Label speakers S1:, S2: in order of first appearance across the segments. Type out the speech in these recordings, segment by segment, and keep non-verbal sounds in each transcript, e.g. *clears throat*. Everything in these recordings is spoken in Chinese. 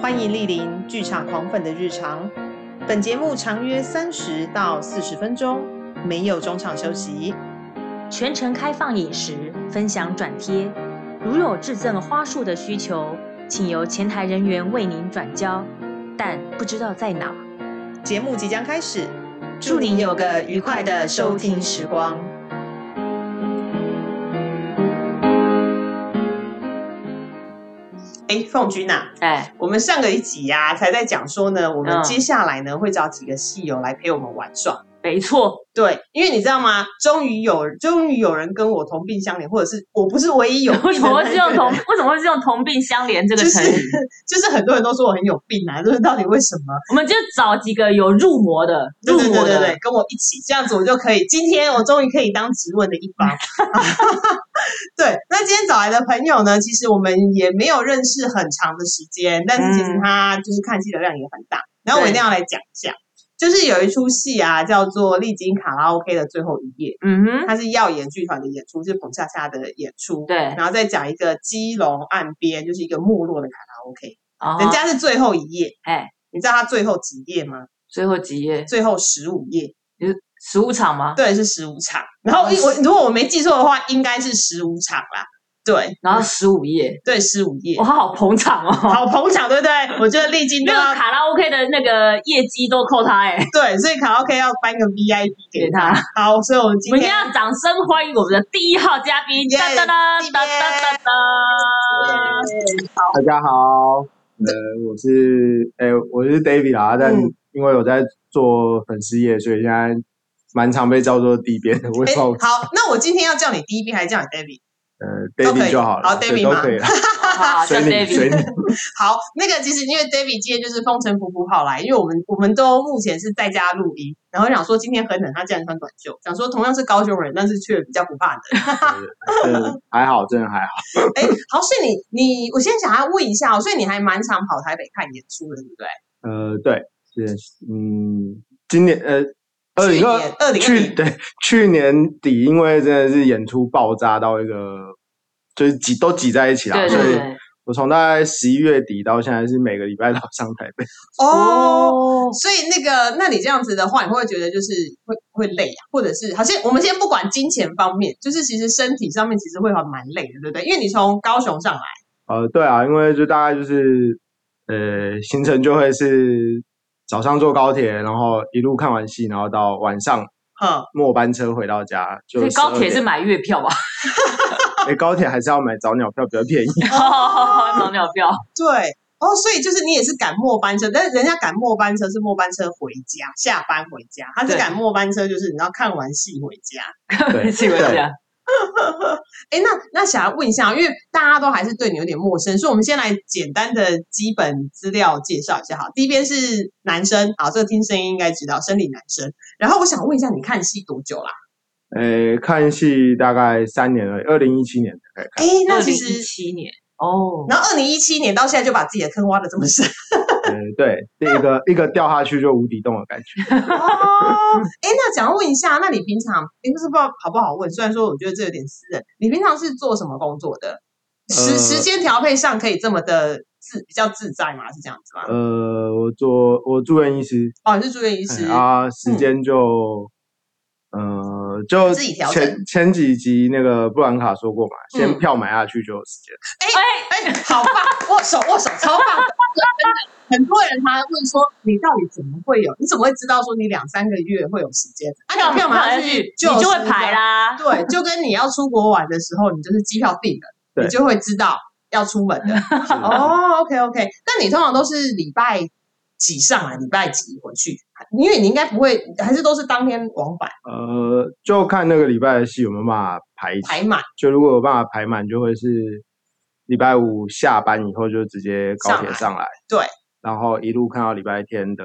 S1: 欢迎莅临剧场狂粉的日常。本节目长约三十到四十分钟，没有中场休息。
S2: 全程开放饮食，分享转贴。如有致赠花束的需求，请由前台人员为您转交，但不知道在哪。
S1: 节目即将开始，
S2: 祝您有个愉快的收听时光。
S1: 哎，凤君呐，
S2: 哎，
S1: 我们上个一集呀、才在讲说呢，我们
S2: 嗯
S1: 接下来呢、会找几个戏友来陪我们玩耍。
S2: 没错，
S1: 对，因为你知道吗？终于有，终于有人跟我同病相怜，或者是我不是唯一有病的
S2: 为什么会
S1: 那
S2: 是
S1: 个
S2: 用 *laughs*
S1: 人
S2: 同为什么会是用同病相怜这个
S1: 就
S2: 成语？
S1: 是就是很多人都说我很有病啊，就是到底为什么？
S2: 我们就找几个有入魔的，
S1: 对
S2: 入
S1: 对对
S2: 魔
S1: 对
S2: 的，
S1: 对，跟我一起，这样子我就可以。今天我终于可以当直问的一
S2: *laughs*
S1: 方。对，那今天找来的朋友呢，其实我们也没有认识很长的时间，但是其实
S2: 嗯
S1: 他就是看戏的量也很大。然后我一
S2: 对
S1: 定要来讲一下，就是有一出戏啊，叫做《历经卡拉 OK 的最后一夜》，
S2: 嗯哼，
S1: 它是耀眼剧团的演出，就是彭恰恰的演出。
S2: 对，
S1: 然后再讲一个基隆岸边，就是一个没落的卡拉 OK，、
S2: 哦
S1: 人家是最后一夜，
S2: 哎，
S1: 你知道它最后几页吗？
S2: 最后几页
S1: 最后十五页。
S2: 十五场吗？
S1: 对，是十五场。然
S2: 哦
S1: 后因我如果我没记错的话，应该是十五场啦。对
S2: 然后十五页，
S1: 对，十五页
S2: 哇，，好捧场哦！
S1: 好捧场，对不对？我觉得历经都
S2: 那
S1: 要
S2: 个卡拉 OK 的那个业绩都扣他哎、
S1: 对，所以卡拉 OK 要颁个 VIP 给
S2: 给他。
S1: 他。好，所以我们
S2: 我
S1: 今
S2: 们今
S1: 天
S2: 天要掌声欢迎我们的第一号嘉宾，
S1: 耶
S2: 哒哒哒
S1: 弟弟
S2: 哒哒哒哒。
S3: 大家好，呃，我是哎、我是 David 啦，但
S1: 嗯
S3: 因为我在做粉丝业，所以现在蛮常被叫做 D 边的，我也
S1: 哎，
S3: 不好，
S1: 好，那我今天要叫你 D B 还是叫你 David？
S3: 呃
S1: 都可以
S3: ，David 就好了，
S1: 好
S3: 对
S1: David
S3: 都
S1: 嘛
S3: 可以了，
S2: 好，叫
S3: 随你随
S2: David。
S3: 你。
S1: 好，那个其实因为 David 今天就是风尘仆仆跑来，因为我们我们都目前是在家录音，然后想说今天很冷，他竟然穿短袖，想说同样是高雄人，但是却比较不怕冷。
S3: 嗯，还好，真的还好。
S1: 哎，好，所以你你，我先想要问一下哦，所以你还蛮常跑台北看演出的，对不对？
S3: 呃，对，是，嗯，今年呃，二零二
S1: 二零
S3: 去 *laughs* 对去年底，因为真的是演出爆炸到一个，就是挤都挤在一起啦，
S2: 对
S3: 所
S2: 对
S3: 以
S2: 对，
S3: 我从大概十一月底到现在是每个礼拜都要上台北。
S1: 哦。，所以那个，那你这样子的话，你会不会觉得就是会会累啊？或者是好像我们先不管金钱方面，就是其实身体上面其实会还蛮累的，对不对？因为你从高雄上来，
S3: 呃，对啊，因为就大概就是，呃，行程就会是早上坐高铁，然后一路看完戏，然后到晚上
S1: 哼，
S3: 末班车回到家。就
S2: 所以高铁是
S3: 12
S2: 买月票吧？
S3: 点，哎，高铁还是要买早鸟票比较便宜。
S2: 早鸟票。
S1: 对，哦，所以就是你也是赶末班车，但是人家赶末班车是末班车回家，下班回家，他是
S2: 对
S1: 赶末班车，就是你知道看完戏回家。
S3: 对
S2: 请问一下，
S1: 哎，那那想要问一下，因为大家都还是对你有点陌生，所以我们先来简单的基本资料介绍一下。好，第一边是男生，好，这个听声音应该知道，生理男生。然后我想问一下，你看戏多久啦？
S3: 呃，看戏大概三年了，二零一七年才开始
S1: 哎，那其
S2: 一
S1: 实，
S2: 七年哦，
S1: 然后二零一七年到现在就把自己的坑挖的这么深
S3: 看。呃，对，第一个一个掉下去就无底洞的感觉。
S1: 哦。哎，那想要问一下，那你平常，你不是不知道好不好问？虽然说我觉得这有点私人，你平常是做什么工作的？时、
S3: 呃
S1: 时间调配上可以这么的自比较自在吗？是这样子吗？
S3: 呃，我做我住院医师，
S1: 哦，你是住院医师
S3: 哎啊，时间就。呃，就
S1: 自己调
S3: 前前几集那个布兰卡说过嘛，先
S1: 嗯
S3: 票买下去就有时间。
S1: 哎，好棒！握手握手，超棒的！真的，很多人他问说，你到底怎么会有？你怎么会知道说你两三个月会有时间？啊，你票马上
S2: 你
S1: 去
S2: 就会
S1: 有时间
S2: 排。啦。
S1: 对，就跟你要出国玩的时候，你就是机票订了，
S3: 对
S1: 你就会知道要出门的。
S3: 是
S1: 哦，OK OK，那你通常都是礼拜几上来，礼拜几回去？因为你应该不会，还是都是当天往返
S3: 呃，就看那个礼拜的戏有没有办法排起
S1: 排满
S3: 就如果有办法排满，就会是礼拜五下班以后就直接高铁上来，
S1: 对，
S3: 然后一路看到礼拜天的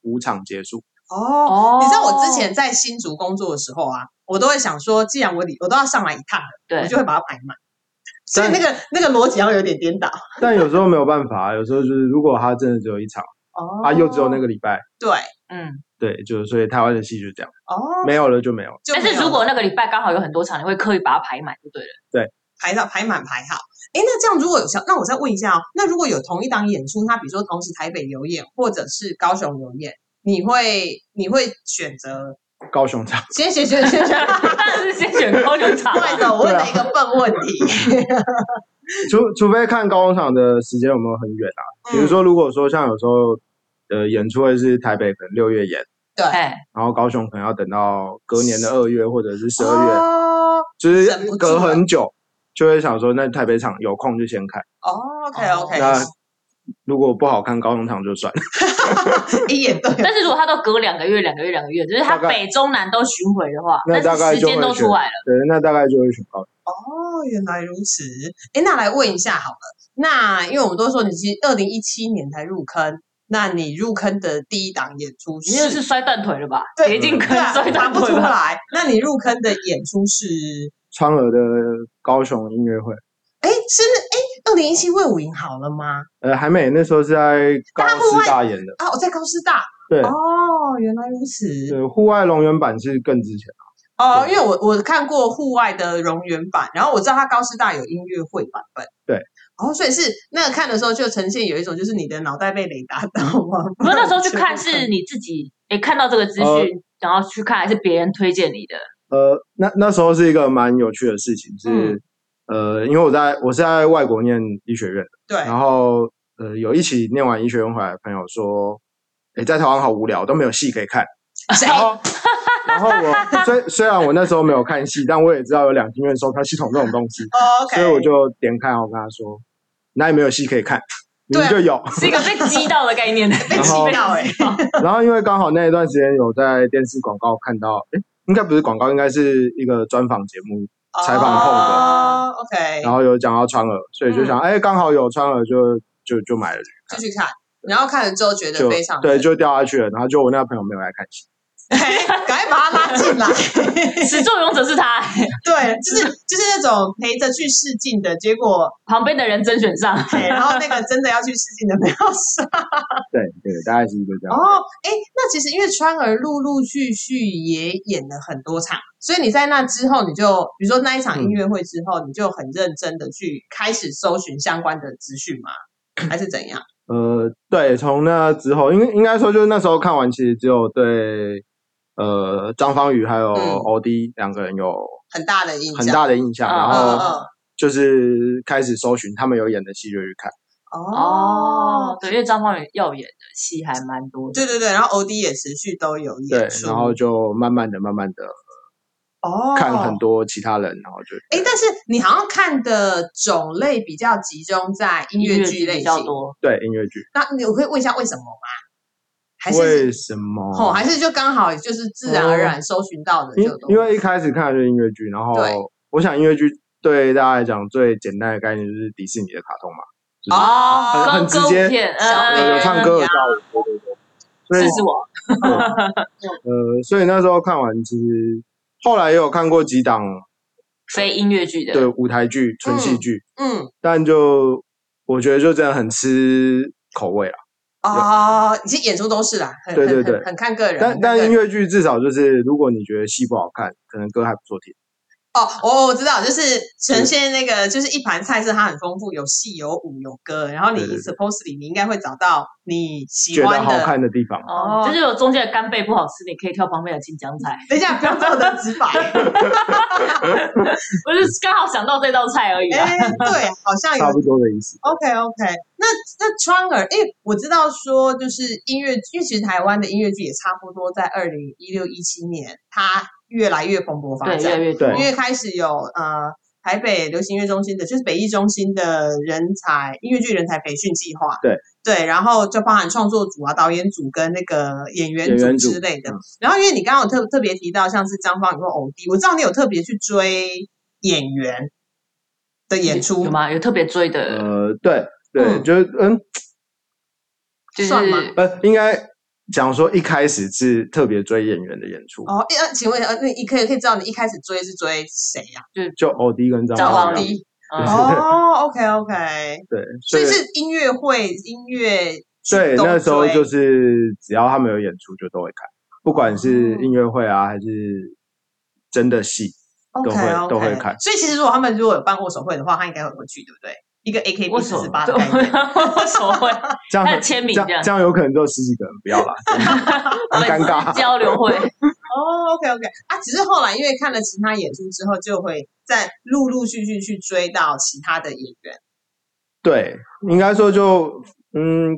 S3: 五场结束。
S1: 哦
S2: 哦
S1: 你知道我之前在新竹工作的时候啊，我都会想说，既然我礼我都要上来一趟了，
S2: 对
S1: 我就会把它排满。所以
S3: 但
S1: 那个那个逻辑要有点颠倒
S3: 但有时候没有办法，有时候就是如果他真的只有一场，
S1: 哦
S3: 啊他又只有那个礼拜，
S1: 对
S2: 嗯，
S3: 对，就所以台湾的戏就这样，
S1: 哦，
S3: 没有了就没有了。
S1: 就
S2: 但
S1: 没
S2: 是
S1: 有
S2: 如
S1: 了
S2: 果那个礼拜刚好有很多场，你会刻意把它排满就对了。
S1: 排到排满排好。诶，那这样如果有想，那我再问一下哦，那如果有同一档演出，它比如说同时台北有演，或者是高雄有演，你会你会选择
S3: 高雄场。
S1: *laughs* 先选选选 *laughs* 选？
S2: 当然是先选高雄场啊。
S1: 对的，我问了一个笨问题。
S3: 啊除除非看高中场的时间有没有很远啊，比如
S1: 嗯，
S3: 说如果说像有时候呃演出会是台北可能六月演，
S1: 对，
S2: 哎，
S3: 然后高雄可能要等到隔年的二月或者是十二月，
S1: 哦
S3: 就是
S1: 忍不住
S3: 隔
S1: 了
S3: 很久，就会想说那台北场有空就先看，
S1: 哦，OK OK，
S3: 哦那如果不好看高中场就算。
S1: *laughs* 一眼对 *laughs* 哦
S2: 但是如果他都隔两个月、两个月、两个月，就是他
S3: 大概
S2: 北中南都巡回的话，
S3: 那
S2: 但
S3: 大
S2: 是
S3: 概
S2: 时
S3: 就
S2: 间
S3: 会
S2: 都
S3: 选
S2: 出来了。
S3: 对，那大概就会选高雄。
S1: 哦，原来如此。哎，那来问一下好了，那因为我们都说你是二零一七年才入坑，那你入坑的第一档演出
S2: 你那个是
S1: 是？
S2: 摔断腿了吧？跌
S1: 对
S2: 进坑
S1: 对啊，
S2: 摔
S1: 答
S2: 断
S1: 不
S2: 腿
S1: 出
S2: 了。
S1: 来。那你入坑的演出是？
S3: 川俄的高雄音乐会，
S1: 哎，是那哎，二零一七魏武营好了吗？
S3: 呃，还没，那时候是在高
S1: 大户外
S3: 师大演的，
S1: 啊，我在高师大。
S3: 对
S1: 哦，原来如此。
S3: 对，户外龙源版是更值钱。
S1: 哦，因
S3: 对
S1: 为我我看过户外的蝾螈版，然后我知道它高师大有音乐会版本。
S3: 对，
S1: 哦，所以是那个看的时候就呈现有一种就是你的脑袋被雷达到
S2: *laughs*
S1: 吗？
S2: 我们那时候去看是你自己诶看到这个资讯，
S3: 呃
S2: 然后去看，还是别人推荐你的？
S3: 呃，那那时候是一个蛮有趣的事情，是、
S1: 嗯
S3: 呃，因为我在我是在外国念医学院，
S1: *laughs* 对，
S3: 然后呃，有一起念完医学院回来的朋友说，诶，在台湾好无聊，都没有戏可以看。
S1: 谁
S3: 然
S1: *laughs*
S3: 后然后我虽虽然我那时候没有看戏，但我也知道有两厅院收看系统这种东西，
S1: 哦，OK，
S3: 所以我就点开，我跟他说，哪里没有戏可以看，你
S1: 对啊
S3: 们就有。
S2: 是一个被击到的概念， *laughs* 被
S3: 击
S1: 到欸
S2: 击到
S3: 然后因为刚好那一段时间有在电视广告看到，诶，应该不是广告，应该是一个专访节目采访控的
S1: 哦，OK，
S3: 然后有讲到川耳，所以就想，
S1: 嗯
S3: 哎、刚、好有川耳就就就买了，
S1: 继续看，然后看了之后觉得
S3: 就
S1: 非常 *laughs*
S3: 对，就掉下去了。然后就我那个朋友没有来看戏，
S1: 嘿哎赶快把他拉进
S3: *laughs*
S1: 来，
S2: 始作俑者是他、 *laughs* 欸
S1: 对，就是就是那种陪着去试镜的结果，
S2: 旁边的人甄选上。
S1: 嘿然后那个真的要去试镜的没有上。
S3: 对对，大概是一个这样。
S1: 哦，哎，那其实因为川儿陆陆续续也演了很多场，所以你在那之后，你就比如说那一场音
S3: 嗯
S1: 乐会之后，你就很认真的去开始搜寻相关的资讯吗？还是怎样？
S3: 呃，对，从那之后，应应该说就是那时候看完，其实只有对呃张方宇还有
S1: 嗯
S3: 欧弟两个人有
S1: 很大的印象，
S3: 很大哦的印象，
S2: 嗯
S3: 然
S1: 嗯
S3: 后
S1: 嗯。
S3: 就是开始搜寻他们有演的戏就去看。
S1: 哦
S2: 哦，对，因为张方宇耀演的戏还蛮多的。
S1: 对对对，然后 O D 也持续都有
S3: 对
S1: 演，出，
S3: 然后就慢慢的、慢慢的
S1: 哦，
S3: 看很。多其他人，然后就
S1: 哎，但是你好像看的种类比较集中在音乐剧类
S2: 比较
S1: 型，
S2: 多，
S3: 对音乐剧。
S1: 那你我可以问一下为什么吗？还是
S3: 为什么？
S1: 哦，还是就刚好就是自然而然搜寻到的
S3: 因
S1: 就都
S3: 因为一开始看的就是音乐剧，然后
S1: 对
S3: 我想音乐剧对大家来讲最简单的概念就是迪士尼的卡通嘛，就是
S1: 哦
S3: 很
S2: 歌
S3: 很直
S2: 歌舞
S3: 接
S2: 片，
S1: 小
S2: 嗯
S1: 美
S3: 有
S1: 人
S3: 有唱歌有跳舞，对对对。所以
S2: 是是我，
S3: 呃，所以那时候看完，其实后来也有看过几档
S2: 非音乐剧的，
S3: 对舞台剧、纯戏剧，
S1: 嗯
S3: 但就我觉得就真的很吃口味啦。
S1: 哦，其实演出都是啦，很
S3: 对对
S1: 很很
S3: 对
S1: 很看个人。
S3: 但
S1: 很看
S3: 但
S1: 个人
S3: 音乐剧至少就是，如果你觉得戏不好看，可能歌还不错听。
S1: 哦，我我知道，就是呈现那个就是一盘菜色，它很丰富，有戏有舞有歌，然后你
S3: 对对对
S1: supposedly 你应该会找到你喜
S3: 觉得
S1: 欢
S3: 好
S1: 的。
S3: 看的地方，
S2: 哦，就是有中间的干贝不好吃，你可以挑旁边的青江菜，
S1: 等一下，不要这么的
S3: *laughs*
S1: 直白。
S2: 我就是刚好想到这道菜而已啊。
S1: 哎，对，好像有
S3: 差。不多的意思。
S1: OK OK，那那川儿，哎，我知道说就是音乐，因为其实台湾的音乐剧也差不多在二零一六一七年，它越来越蓬勃发
S2: 对，越来
S1: 展，
S2: 越多，
S3: 对
S1: 因为开始有呃台北流行音乐中心的，就是北艺中心的人才音乐剧人才培训计划，
S3: 对
S1: 对，然后就包含创作组啊、导演组跟那个演员
S3: 演
S1: 组
S3: 员组
S1: 之类的
S3: 嗯。
S1: 然后因为你刚刚有特特别提到像是张方宇或偶弟，我知道你有特别去追演员的演出
S2: 有，吗？有特别追的，
S3: 呃，对对，
S1: 嗯
S3: 就是嗯，
S2: 就是
S1: 算吗
S3: 呃，应该讲说一开始是特别追演员的演出，
S1: 哦，诶呃，请问呃，那你可以可以知道你一开始追是追谁呀、
S3: 就欧弟跟张
S2: 张
S3: 方
S2: 方
S3: 宇啊
S2: 宇， *laughs* 嗯
S1: 哦，OK OK，
S3: 对，
S1: 所
S3: 所以
S1: 以是音乐会音乐剧
S3: 对
S1: 都
S3: 那时候
S1: 追
S3: 就是只要他们有
S1: 哦
S3: 演出就都会看，不管是音乐会啊还是真的戏，
S1: OK
S3: 会
S1: OK，
S3: 都会看
S1: 所以其实如果他们如果有办握手会的话，他应该会回去，对不对？一个 AKB
S2: 握
S1: 四
S2: 手
S1: 十八的
S2: 对
S1: 概念，
S2: *laughs* 握手
S1: *laughs*
S2: 会，
S3: 这样
S2: 还有签名
S3: 这
S2: 这样
S3: 样这样有可能就十几个人，不要啦，真的很
S2: 粉
S3: 尴
S2: 丝
S3: 尬。
S2: 交流会，
S1: 哦，OK OK，啊，只是后来因为看了其他演出之后，就会再陆陆续续去追到其他的演员。
S3: 对，应该说就嗯，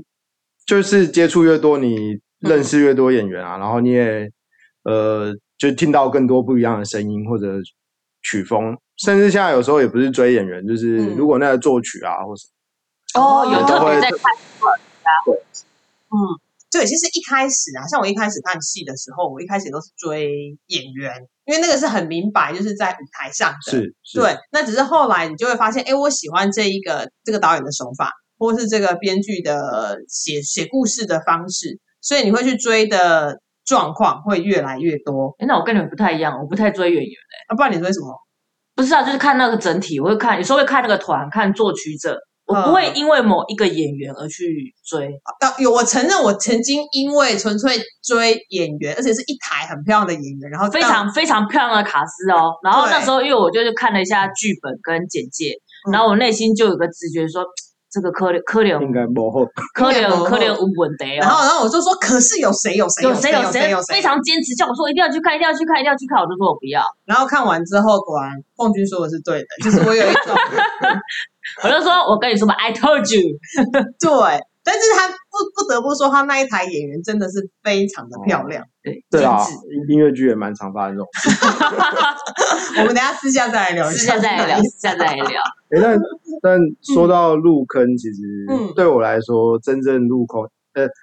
S3: 就是接触越多，
S1: 嗯
S3: 你认识越多演员啊，然后你也呃，就听到更多不一样的声音或者曲风，甚至现在有时候也不是追演员，就是
S1: 嗯
S3: 如果那个作曲啊，或是
S2: 哦，有特别在看，
S1: 嗯，对，其实一开始啊，像我一开始看戏的时候，我一开始都是追演员，因为那个是很明白，就是在舞台上的。
S3: 是是
S1: 对，那只是后来你就会发现，哎，我喜欢这一个这个导演的手法，或是这个编剧的写写故事的方式，所以你会去追的状况会越来越多。
S2: 诶那我跟你们不太一样，我不太追演员，
S1: 啊，不然你追什么？
S2: 不是啊，就是看那个整体，我会看，有时候会看那个团，看作曲者，我
S1: 嗯
S2: 不会因为某一个演员而去追，
S1: 啊，有我承认，我曾经因为纯粹追演员，而且是一台很漂亮的演员，然后
S2: 非
S1: 到
S3: 嗯
S2: 常非常漂亮的卡斯哦。然后
S1: 对
S2: 那时候因为我就是看了一下剧本跟简介，
S1: 嗯
S2: 然后我内心就有个直觉说，这个科科联
S3: 应该幕后
S2: 科
S1: 应
S2: 联
S1: 该
S3: *laughs*
S1: 不会
S2: 科联有问题
S1: 然后，
S2: 哦。
S1: 然后我就说，可是有谁有谁
S2: 有谁
S1: 谁有
S2: 有谁
S1: 有谁
S2: 非，常坚持叫我说一定要去看，一定要去看，一定要去看，我就说我不要，
S1: 然后看完之后，果然凤君说的是对的，就是我有一 *laughs* 种
S2: 我就说我跟你说吧，I told you，
S1: 对，但是他不不得不说，他那一台演员真的是非常的漂亮。
S2: 对，
S3: 对啊
S2: 精致，
S3: 音乐剧也蛮常发生这种。
S1: 我们等一下私下再来聊一
S2: 私
S1: 下，
S2: 下再来
S1: *laughs*
S2: 聊，私下再来
S3: *laughs*
S2: 聊。
S3: 诶但但说到入坑，其实
S1: 嗯
S3: 对我来说，真正入坑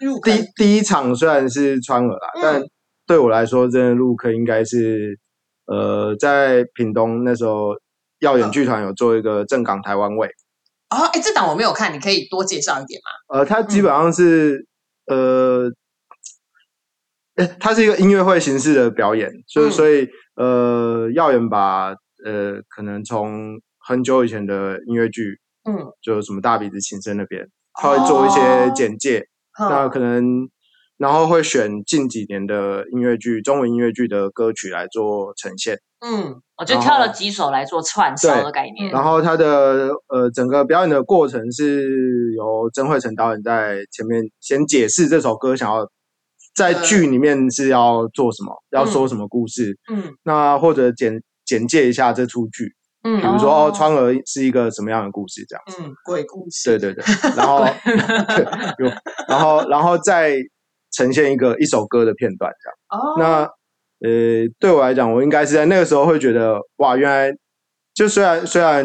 S1: 入
S3: 第
S1: 坑
S3: 第一场虽然是川俄啦，
S1: 嗯
S3: 但对我来说，真的入坑应该是呃，在屏东那时候，耀
S1: 嗯
S3: 眼剧团有做一个正港台湾味，
S1: 哦，哎，这档我没有看，你可以多介绍一点吗？
S3: 呃，它基
S1: 嗯
S3: 本上是、呃，诶它是一个音乐会形式的表演，所以、
S1: 嗯
S3: 所以呃，耀眼把呃，可能从很久以前的音乐剧，
S1: 嗯，哦
S3: 就什么大鼻子情深那边，他会做一些简介，那
S1: 哼
S3: 可能然后会选近几年的音乐剧、中文音乐剧的歌曲来做呈现。
S1: 嗯
S2: 我就挑了几首来做串烧的概念。嗯
S3: 然后它的呃整个表演的过程是由曾慧成导演在前面先解释这首歌想要在
S1: 嗯
S3: 剧里面是要做什么，要说什么故事，
S1: 嗯
S3: 那或者简简介一下这出剧，比
S1: 嗯
S3: 如说
S2: 哦
S3: 哦川儿是一个什么样的故事这样。
S1: 嗯，鬼故事，
S3: 对对对，然后 *laughs* 对有，然后然后再呈现一个一首歌的片段这样。
S1: 哦，
S3: 那呃，对我来讲，我应该是在那个时候会觉得，哇，原来就虽然虽然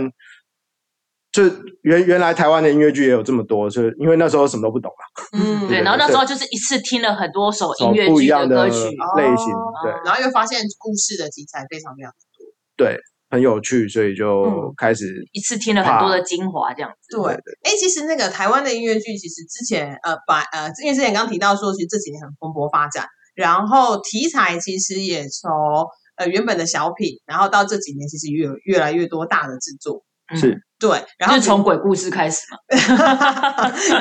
S3: 就原原来台湾的音乐剧也有这么多，就是因为那时候什么都不懂啊嘛，
S1: 嗯
S2: 对，
S3: 对
S2: 然后那
S3: 对
S2: 时候就是一次听了很多首
S3: 什
S2: 音
S3: 么
S2: 乐
S3: 不一
S2: 剧
S3: 样
S2: 歌
S3: 的
S2: 曲，
S3: 类型，
S1: 哦
S3: 对，
S1: 然后又发现故事的题材非常非常
S3: 很有趣，所以就
S1: 嗯
S3: 开始
S2: 一次听了很多的精华，这样子。
S1: 对，哎，其实那个台湾的音乐剧，其实之前呃，把呃，因为之前刚提到说，其实这几年很蓬勃发展，然后题材其实也从呃原本的小品，然后到这几年其实越有越来越多大的制作，
S2: 嗯
S3: 是
S1: 对，然
S2: 就
S1: 后
S2: 是从鬼故事开始嘛。
S1: *laughs*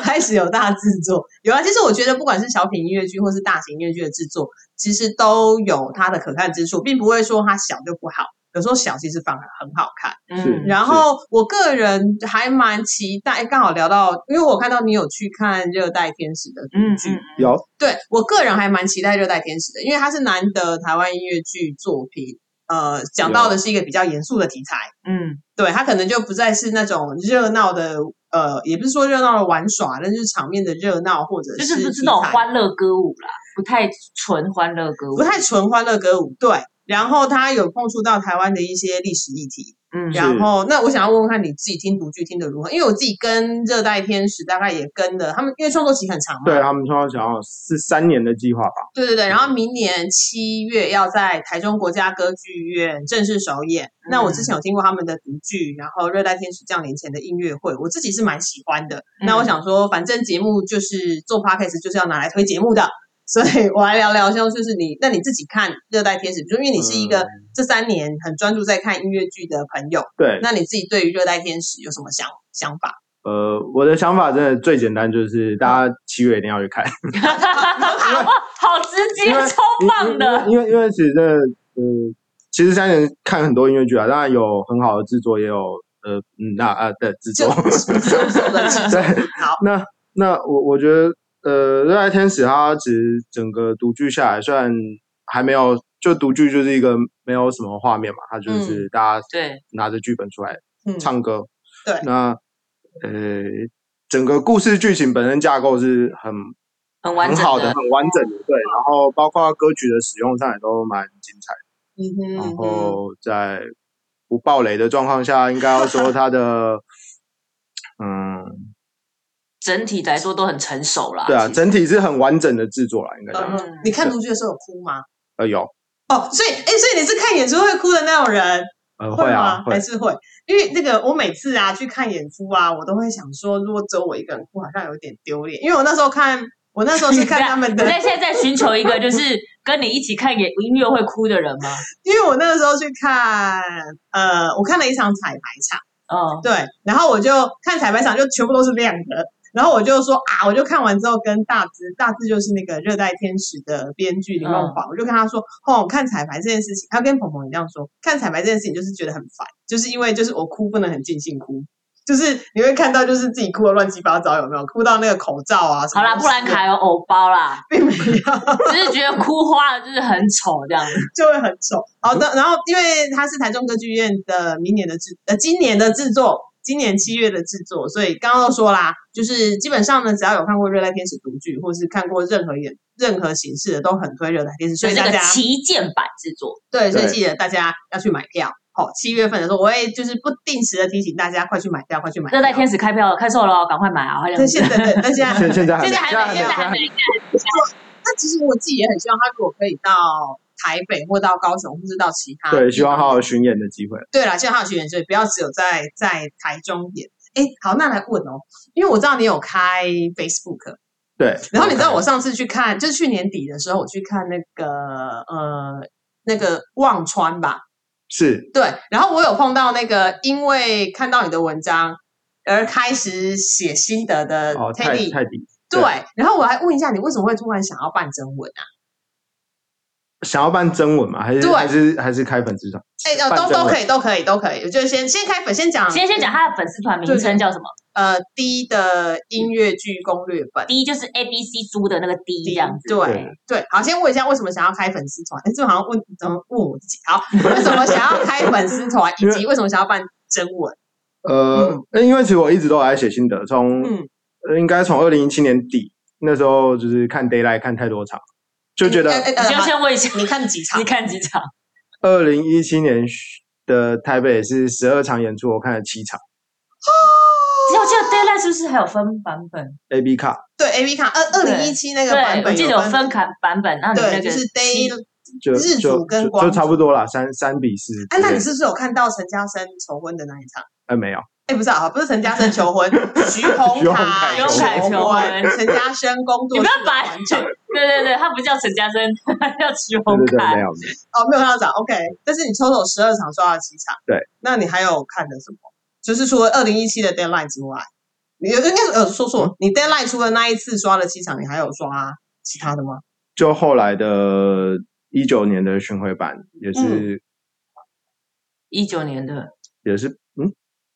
S1: 开始有大制作，有啊。其实我觉得，不管是小品音乐剧或是大型音乐剧的制作，其实都有它的可看之处，并不会说它小就不好。有时候小其实反而很好看。
S2: 嗯，
S1: 然后我个人还蛮期待，刚好聊到，因为我看到你有去看《热带天使》的，
S2: 嗯嗯，
S3: 有
S1: 对我个人还蛮期待《热带天使》的，因为它是难得台湾音乐剧作品，呃，讲到的是一个比较严肃的题材。
S2: 嗯，
S1: 对，它可能就不再是那种热闹的，呃，也不是说热闹的玩耍，但就是场面的热闹，或者
S2: 就是不
S1: 题
S2: 是那种
S1: 材
S2: 欢乐歌舞啦，不太纯欢乐歌舞，
S1: 不太纯欢乐歌舞。对，然后它有碰触到台湾的一些历史议题。
S2: 嗯
S3: 是
S1: 然后，那我想要问问看你自己听独剧听得如何？因为我自己跟热带天使大概也跟了他们，因为创作期很长嘛。
S3: 对啊他们创造想要是三年的计划吧，
S1: 对对对，然后明年七月要在台中国家歌剧院正式首演。那我之前有
S3: 嗯
S1: 听过他们的独剧，然后《热带天使降临前》的音乐会，我自己是蛮喜欢的。那我
S3: 嗯
S1: 想说，反正节目就是做 podcast 就是要拿来推节目的，所以我来聊聊，像就是你，那你自己看《热带天使》，就因为你是一个
S3: 嗯
S1: 这三年很专注在看音乐剧的朋友，
S3: *laughs* 对，
S1: 那你自己对于《热带天使》有什么想想
S3: *laughs*
S1: 法？
S3: 呃，我的想法真的最简单，就是大家七月一定要去
S1: *laughs*
S3: 看，
S4: *laughs*
S2: 哇，好直接，
S3: 因为
S2: 超棒的，
S3: 因为因为因为其实真的呃，其实三人看很多音乐剧啊，当然有很好的制作，也有呃嗯那啊的制
S1: 就
S3: 作，
S1: 手手的制作。
S3: 对，
S1: 好，
S3: 那那我我觉得，呃，《热爱天使》它其实整个独剧下来，虽然还没有，就独剧就是一个没有什么画面嘛，它就是大家
S4: 对，
S3: 拿着剧本出来
S1: 嗯，
S3: 唱歌。
S1: 对
S3: 那呃，整个故事剧情本身架构是很
S4: 很完整
S3: 很好的、很完整的，对。然后包括歌曲的使用上也都蛮精彩的。
S1: 嗯哼，
S3: 然
S1: 嗯哼
S3: 后在不暴雷的状况下，应该要说它的 *laughs* 嗯。
S4: 整体来说都很成熟啦。
S3: 对
S4: 其
S3: 啊，
S4: 实
S3: 整体是很完整的制作啦，应该这样
S1: 嗯
S3: 讲。
S1: 哼，你看独剧的时候有哭吗？
S3: 呃，有，
S1: 哦，所以哎，所以你是看演出会哭的那种人，
S3: 呃，
S1: 会
S3: 啊
S1: 吗？，
S3: 会
S1: 还。是会？因为那个我每次啊去看演出啊，我都会想说，如果只有我一个人哭，好像有点丢脸。因为我那时候看，我那时候是看他们的
S3: *laughs*
S4: 你，在现在在寻求一个就是跟你一起看演音乐会哭的人吗？
S1: 因为我那个时候去看，呃，我看了一场彩排场，
S4: 嗯，
S1: 对，然后我就看彩排场就全部都是亮的。然后我就说啊，我就看完之后跟大志，大志就是那个《热带天使》的编剧林
S4: 嗯
S1: 梦华，我就跟他说，哦，看彩排这件事情，他跟鹏鹏一样说，看彩排这件事情就是觉得很烦，就是因为就是我哭不能很尽兴哭，就是你会看到就是自己哭的乱七八糟，有没有？哭到那个口罩啊什么东
S4: 好
S1: 西的。
S4: 啦，布兰卡有偶包啦，
S1: 并没有。
S4: 只是觉得哭花了就是很丑这样子。
S1: 就会很丑。好的，然后因为它是台中歌剧院的明年的制呃今年的制作，今年七月的制作，所以刚刚都说啦，就是基本上呢，只要有看过《热带天使》独剧，或是看过任何演任何形式的，都很推《热带天使》，所
S4: 所
S1: 以
S4: 以这
S1: 大
S4: 个
S1: 家
S4: 旗舰版制作，
S1: 对，所以
S3: 对
S1: 记得大家要去买票。好，七月份的时候，我会就是不定时的提醒大家，快去买票，快去买票。
S4: 热带天使开票了，开售了哦，赶快买啊！快点
S1: 但现在，对但
S4: *laughs*
S1: 现在
S3: 现现在
S4: 现在
S3: 还
S4: 还没，
S3: 没，
S4: 现在还
S3: 还
S4: 没
S3: 没。，
S1: 那其实我自己也很希望他如果可以到台北或到高雄，或是到其他
S3: 对，
S1: 地
S3: 希望
S1: 方
S3: 还有巡演的机会。
S1: 对啦，现在还有巡演，所以不要只有在在台中演。哎，好，那来问哦，因为我知道你有开 Facebook，
S3: 对，
S1: 然后你知道我上次去看，就是去年底的时候，我去看那个呃那个忘川吧，
S3: 是
S1: 对，然后我有碰到那个因为看到你的文章而开始写心得的
S3: 哦，泰
S1: Teddy，、
S3: 泰迪
S1: 对
S3: 对
S1: 然后我还问一下你为什么会突然想要办征文啊？
S3: 想要办征文嘛？还是
S1: 对
S3: 还是还是开粉丝团？
S1: 哎，呃
S3: 办
S1: 都
S3: 征
S1: 都
S3: 文
S1: 可以，都可以，都可以，就先先开粉，先讲
S4: 先先讲他的粉丝团名称叫什么
S1: 呃 D 的音乐剧攻略本。
S4: ？D 就是 A B C 猪的那个 D 这样子。
S1: 对对，好，先问一下为什么想要开粉丝团？哎， *laughs* 这好像问怎么问我自己？好，为什么想要开粉丝团，以
S3: 因为
S1: 及为什么想要办征文？
S3: 呃，那因为其实我一直都有在写心得，从
S1: 嗯，
S3: 呃应该从二零一七年底那时候，就是看 d a y l i g h t 看太多场，就觉得
S1: 哎
S4: 你就先问
S3: *laughs*
S4: 一下，
S1: 你看几场
S4: 你？看几场？
S3: 二零一七年的台北是十二场演出，我看了七场
S4: 我记得 d a y l i g h t 是不是还有分版本？
S3: A B 卡，
S1: 对，A B 卡二二零一七那个版
S4: 对，我
S1: 本
S4: 记得
S1: 有
S4: 有分版版本，然后你那
S1: 对，
S4: 个
S1: 就是 Day。
S3: 就
S1: 日
S3: 就
S1: 组跟
S3: 就
S1: 光
S3: 就差不多啦，三三比四之类的。
S1: 哎，那你是不是有看到陈嘉生求婚的那一场？
S3: 呃没有？
S1: 哎，不是啊，不是陈嘉生求
S3: *laughs*
S1: 婚，徐宏
S3: 徐宏
S1: 凯
S3: 凯
S4: 求婚
S1: 求婚，陈嘉生工作
S4: 你不要
S1: 室的
S4: 把
S1: 团长。
S4: *laughs* 对对对，他不叫陈嘉生， *laughs* 他叫徐
S3: 对
S4: 宏
S3: 对对，没
S4: 凯。
S3: 有没有。
S1: 哦，没有看到涨，OK。但是你抽走十二场，刷到七场，
S3: 对。
S1: 那你还有看的什么？就是除了二零一七的 deadline 之外，你有应该有说错，
S3: 嗯
S1: 你 deadline 除了那一次刷了七场，你还有刷其他的吗？
S3: 就后来的一九年的巡回版也
S4: 嗯
S3: 是、
S4: 一九年的，
S3: 也是嗯，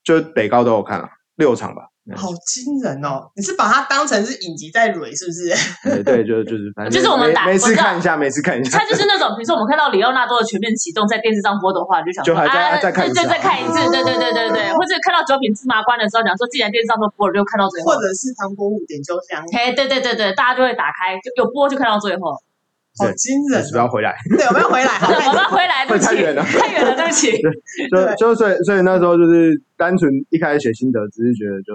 S3: 就北高都有看了、六场吧。嗯
S1: 好惊人哦！你是把它当成是影集在蕊，是不是？
S3: 嗯对啊对，就就是反
S4: 哦
S3: 正
S4: 就是我们
S3: 没
S4: 打
S3: 没
S4: 我
S3: 事
S4: 知道
S3: 看一下，没事看一下
S4: 他。就是那种，比如说我们看到里奥纳多的全面启动在电视上播的话，你就想说
S3: 就还在
S4: 啊，
S3: 再看
S4: 对
S3: 一
S4: 对
S3: 次
S4: 再看一次，对对对对对，或者看到九品芝麻官的时候，讲说既然电视上都播了，就看到最后
S1: 或。者是唐国五点秋香，
S4: 嘿，哎对对对对，大家就会打开，就有播就看到最后。
S1: 好惊
S3: 有
S1: 人
S3: 时不
S1: 哦！
S3: 要回来，
S1: 对，我们要回来，好
S3: *laughs*
S4: 对，我
S1: 看
S4: 们回来，对不起，
S3: 太远了
S4: 太远了，对不起。
S3: 就就所以所以那时候就是单纯一开始写心得，只是觉得就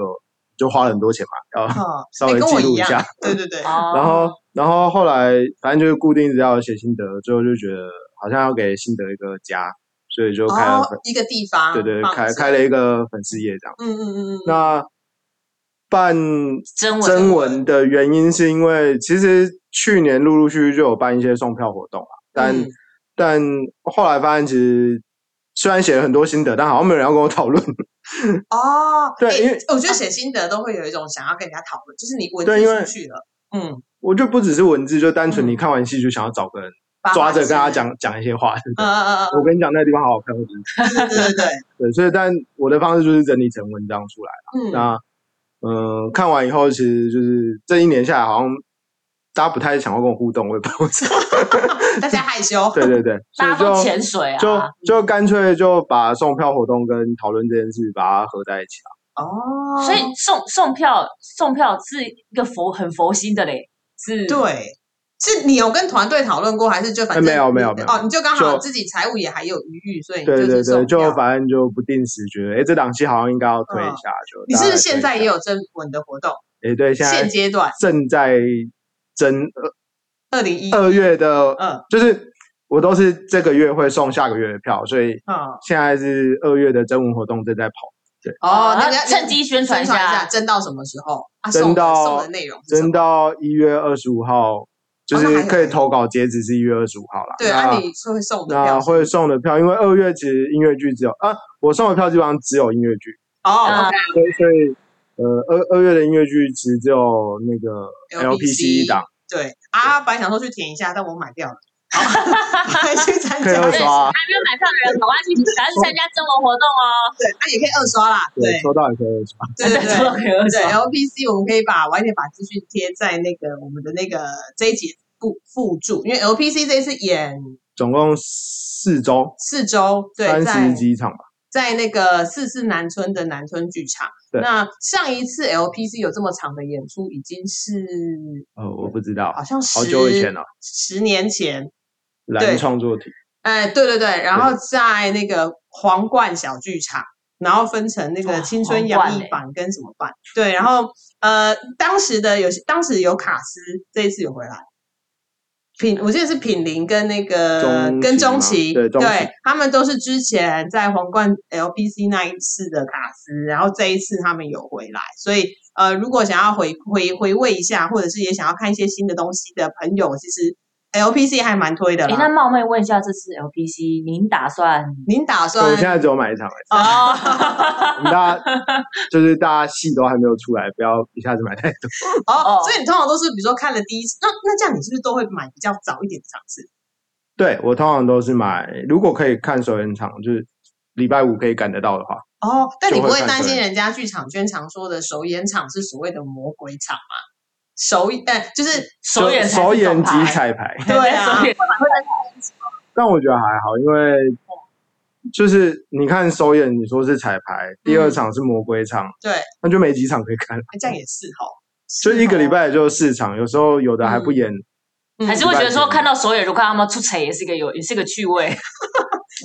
S3: 就花了很多钱嘛，要
S1: 哦，
S3: 稍
S1: 哎
S3: 微
S1: 跟
S3: 记
S1: 我
S3: 录
S1: 一
S3: 一下
S1: 样。，对对对，
S4: 哦
S3: 然后然后后来反正就是固定只要写心得，最后就觉得好像要给心得一个家，所以就开了
S1: 哦
S3: 粉，
S1: 一个地方，
S3: 对对，
S1: 放
S3: 开
S1: 置
S3: 开，了一个粉丝页这样。
S1: 嗯嗯嗯嗯，嗯
S3: 那办
S4: 真文，
S3: 征文的原因是因为，其实去年陆陆续续就有办一些送票活动啊，但、
S1: 嗯
S3: 但后来发现，其实虽然写了很多心得，但好像没有人要跟我讨论。 *laughs*
S1: 哦，
S3: 对
S1: 诶
S3: 因为
S1: 我觉得写心得都会有一种想要跟人家讨论，就是你文
S3: 对因为
S1: 字出去了，嗯，
S3: 我就不只是文字，就单纯
S1: 嗯
S3: 你看完戏就想要找个人抓着跟他，讲讲一些话。
S1: 嗯嗯
S3: 我跟你讲，那个地方好好看，我觉得
S1: 嗯，对
S3: *laughs*
S1: 对对，
S3: 对，所以但我的方式就是整理成文章出来。
S1: 嗯，
S3: 那呃，看完以后，其实就是这一年下来，好像大家不太想要跟我互动，我也不知道为什么。
S1: 大家害羞，
S3: *laughs* 对对对，
S4: 大
S3: 所以
S4: 家都
S3: 就
S4: 潜水啊，
S3: 就就干脆就把送票活动跟讨论这件事把它合在一起了。
S1: 哦，
S4: 所以送送票送票是一个佛很佛心的嘞，是哦
S1: 对。是你有跟团队讨论过，还是就反正
S3: 哎没有没有
S1: 你
S3: 没有
S1: 哦，你就刚好
S3: 就
S1: 自己财务也还有余裕，所以你
S3: 对
S1: 就是
S3: 对对，
S1: 送
S3: 就
S1: 掉
S3: 反正就不定时觉得，哎，这档期好像应该要推一
S1: 嗯
S3: 下，就
S1: 你是不是现在也
S3: 有？
S1: 有征文的活动？
S3: 哎，对，现
S1: 现
S3: 在
S1: 阶段
S3: 正在征
S1: 二零一，
S3: 二二月的，
S1: 嗯
S3: 就是我都是这个月会送下个月的票，所以
S1: 嗯，
S3: 现在是二月的征文活动正在跑。
S1: 哦，那
S4: 啊
S1: 你要
S4: 趁机宣
S1: 宣
S4: 传
S1: 传
S4: 一
S1: 一下，
S4: 下，
S1: 征到什么时候啊？
S3: 征
S1: 送的
S3: 到
S1: 送的内容是什
S3: 真
S1: 么？
S3: 到一月二十五号，就
S1: 哦那还
S3: 是
S1: 有
S3: 可以
S1: 呢
S3: 投稿截止是一月二十五号啦。
S1: 对
S3: 那
S1: 啊，你是会送的
S3: 那
S1: 票
S3: 会送的票，因为二月其实音乐剧只有啊，我送的票基本上只有音乐剧，
S1: 哦
S4: 嗯
S1: ，OK，
S3: 所以所以呃二二月的音乐剧其实只有那个
S1: LPC
S3: LPC 档
S1: 对啊，本来想说去填一下，但我买
S3: *laughs*
S1: 掉了，好还去参
S3: 可以
S1: 加
S3: 二
S1: 一下，
S3: 刷，
S4: 还没有买票的人，赶快去，赶快去参加征文活动哦。
S1: 对，啊也可以二刷啦，
S3: 对，
S1: 对
S3: 抽到也可以二刷。
S1: *laughs* 对对对
S4: 抽到可以二
S1: 对
S4: 刷。
S1: LPC，我们可以把晚一点把资讯贴在那个我们的那个这一集附附注，因为 LPC 这一次演
S3: 总共四周，
S1: 四周，对，
S3: 三
S1: 在
S3: 十几场吧。
S1: 在那个四四南村的南村剧场。
S3: 对
S1: 那上一次 LPC 有这么长的演出，已经是
S3: 呃，我不知道，
S1: 好像十
S3: 好久以前了，
S1: 十年前。对
S3: 蓝创作体，
S1: 哎，对对对，然后在那个皇冠小剧场，然后分成那
S4: 哇
S1: 个青春
S4: 皇
S1: 洋
S4: 冠
S1: 溢
S4: 欸
S1: 版跟什么版？对，然后呃，当时的有当时有卡斯，这一次有回来。品，我记得是品林跟那个
S3: 钟
S1: 跟
S3: 琪
S1: 钟
S3: 吗
S1: 琪，
S3: 对钟琪
S1: 他们都是之前在皇冠 LPC 那一次的卡斯，然后这一次他们有回来，所以呃，如果想要回回回味一下，或者是也想要看一些新的东西的朋友，其实 LPC 还蛮推的
S4: 哎，
S1: 啦。
S4: 那冒昧问一下，这次 LPC 您打算？
S1: 您打
S3: 对
S1: 算？
S3: 我现在只有买一场而已。
S4: 哦， *laughs*
S3: 我们大家就是大家戏都还没有出来，不要一下子买太多。 *laughs*
S1: 哦
S4: 哦，
S1: 所以你通常都是比如说看了第一次，那那这样你是不是都会买比较早一点的场次？
S3: 对我通常都是买，如果可以看首演场，就是礼拜五可以赶得到的话，
S1: 哦，但你
S3: 就
S1: 不
S3: 会
S1: 会
S3: 看
S1: 担
S3: 对
S1: 心人家剧场圈常说的首演场是所谓的魔鬼场吗？首演，呃，就是
S4: 首演
S3: 就
S4: 才是
S3: 首演
S4: 重
S3: 及
S4: 排
S3: 彩排。
S1: *laughs* 对啊
S4: 首，演
S3: 但我觉得还好，因
S1: 嗯
S3: 为就是你看首演，你说是彩排，
S1: 嗯
S3: 第二场是魔鬼场，
S1: 对，哎
S3: 那就没几场可以看了，
S1: 这
S3: *laughs*
S1: 样也是哦，
S3: 就是一个
S1: 哦
S3: 礼，拜也就四场，有时候有的还不演，
S1: 嗯
S4: 还是会觉得说看到首演，如果看他们出彩，也是一个有，也是个趣味。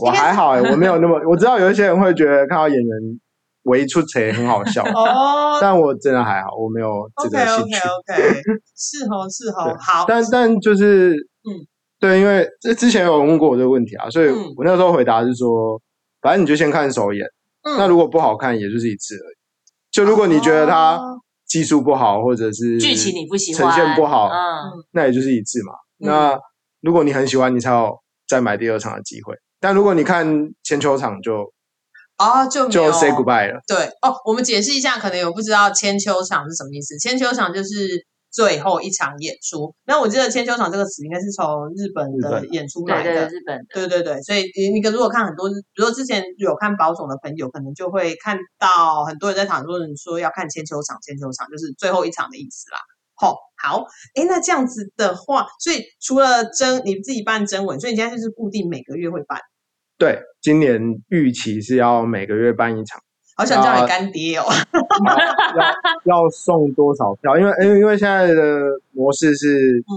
S3: 我还好、欸，我没有那么，我 *laughs* 知道有一些人会觉得看到演员围出贼很好笑，
S1: *laughs*
S3: *laughs*
S1: 哦。
S3: 但我真的还好，我没有这
S1: OK
S3: 个兴
S1: OK
S3: 趣。
S1: OK，是哦是哦，
S3: 对
S1: 好，
S3: 但但就是，
S1: 嗯
S3: 嗯，对，因为这之前有人问过我这个问题啊，所以
S1: 嗯
S3: 我那时候回答是说，反正你就先看首演，那
S1: 嗯，
S3: 如果不好看，也就是一次而已。就如果你觉得它
S1: 哦
S3: 技术不好，或者是
S4: 剧情你不喜欢，
S3: 呈现不好
S4: 嗯，
S3: 那也就是一次嘛。
S1: 嗯
S3: 那如果你很喜欢，你才有再买第二场的机会。但如果你看千秋场就
S1: 哦就没
S3: 就
S1: 有
S3: say goodbye 了，
S1: 对哦，我们解释一下，可能有不知道千秋场是什么意思。千秋场就是最后一场演出。那我记得千秋场这个词应该是从日本
S3: 日
S1: 的
S3: 本
S1: 演出
S4: 对
S1: 来
S4: 对对，
S1: 的。
S4: 日本的，
S1: 对对对，所以你你可如果看很多，比如说之前有看保种的朋友，可能就会看到很多人在讨论说要看千秋场，千秋场就是最后一场的意思啦。好、好，哎，那这样子的话，所以除了征你自己办征文，所以你现在就是固定每个月会办，
S3: 对，今年预期是要每个月办一场。
S1: 好想叫你
S3: 啊
S1: 干爹哦。 *laughs*
S3: 要要送多少票？因为因为因为现在的模式是，
S1: 嗯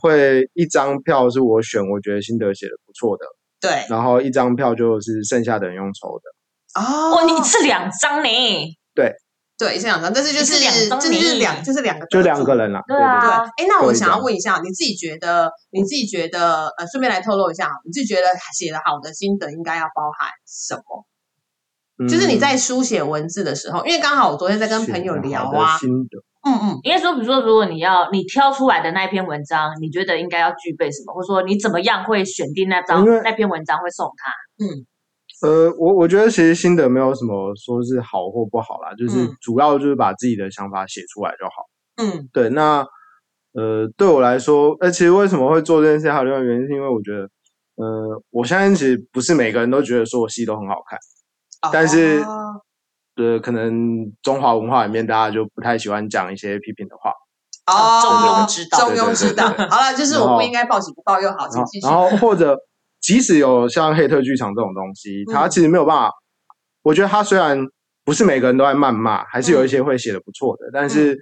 S3: 会一张票是我选，我觉得心得写的不错的，
S1: 对，
S3: 然后一张票就是剩下的人用抽的。
S1: 哦，
S4: 哇，你一次两张呢？
S1: 对，是两张，但是就
S4: 就是是两张
S1: 这就是
S4: 名
S1: 两
S4: 义
S1: 就是两个
S3: 就
S1: 得
S3: 两
S1: 主
S3: 个。人啦，
S4: 对
S3: 对
S4: 啊
S1: 对，哎，那我
S3: 各一
S1: 想要
S3: 张
S1: 问一下，你自己觉得，你自己觉得，呃，顺便来透露一下，你自己觉得写的好的心得应该要包含什么？
S3: 对
S1: 就是你在
S3: 嗯
S1: 书写文字的时候，因为刚好我昨天在跟朋友
S3: 写得
S1: 聊
S3: 好的
S1: 啊，
S3: 心得
S1: 嗯嗯，
S4: 应该说，比如说，如果你要你挑出来的那一篇文章，你觉得应该要具备什么，或者说你怎么样会选定那张
S3: 因为
S4: 那篇文章会送他？
S3: 呃，我我觉得其实心得没有什么说是好或不好啦，就是
S1: 嗯
S3: 主要就是把自己的想法写出来就好。
S1: 嗯
S3: 对，那呃，对我来说，呃，其实为什么会做这件事，还有另外一个原因，是因为我觉得，呃，我相信其实不是每个人都觉得说我戏都很好看，但是
S1: 哦
S3: 呃，可能中华文化里面大家就不太喜欢讲一些批评的话。
S1: 哦，
S4: 中庸之道
S1: 中庸之道。
S3: 对对对对
S1: 好了，就是
S3: 然
S1: 我
S3: 后
S1: 不应该报喜不报忧，好，
S3: 然
S1: 请
S3: 后
S1: 继续。
S3: 然后或者即使有像黑特剧场这种东西，它
S1: 嗯
S3: 其实没有办法。我觉得它虽然不是每个人都在谩骂，还是
S1: 嗯
S3: 有一些会写的不错的，但是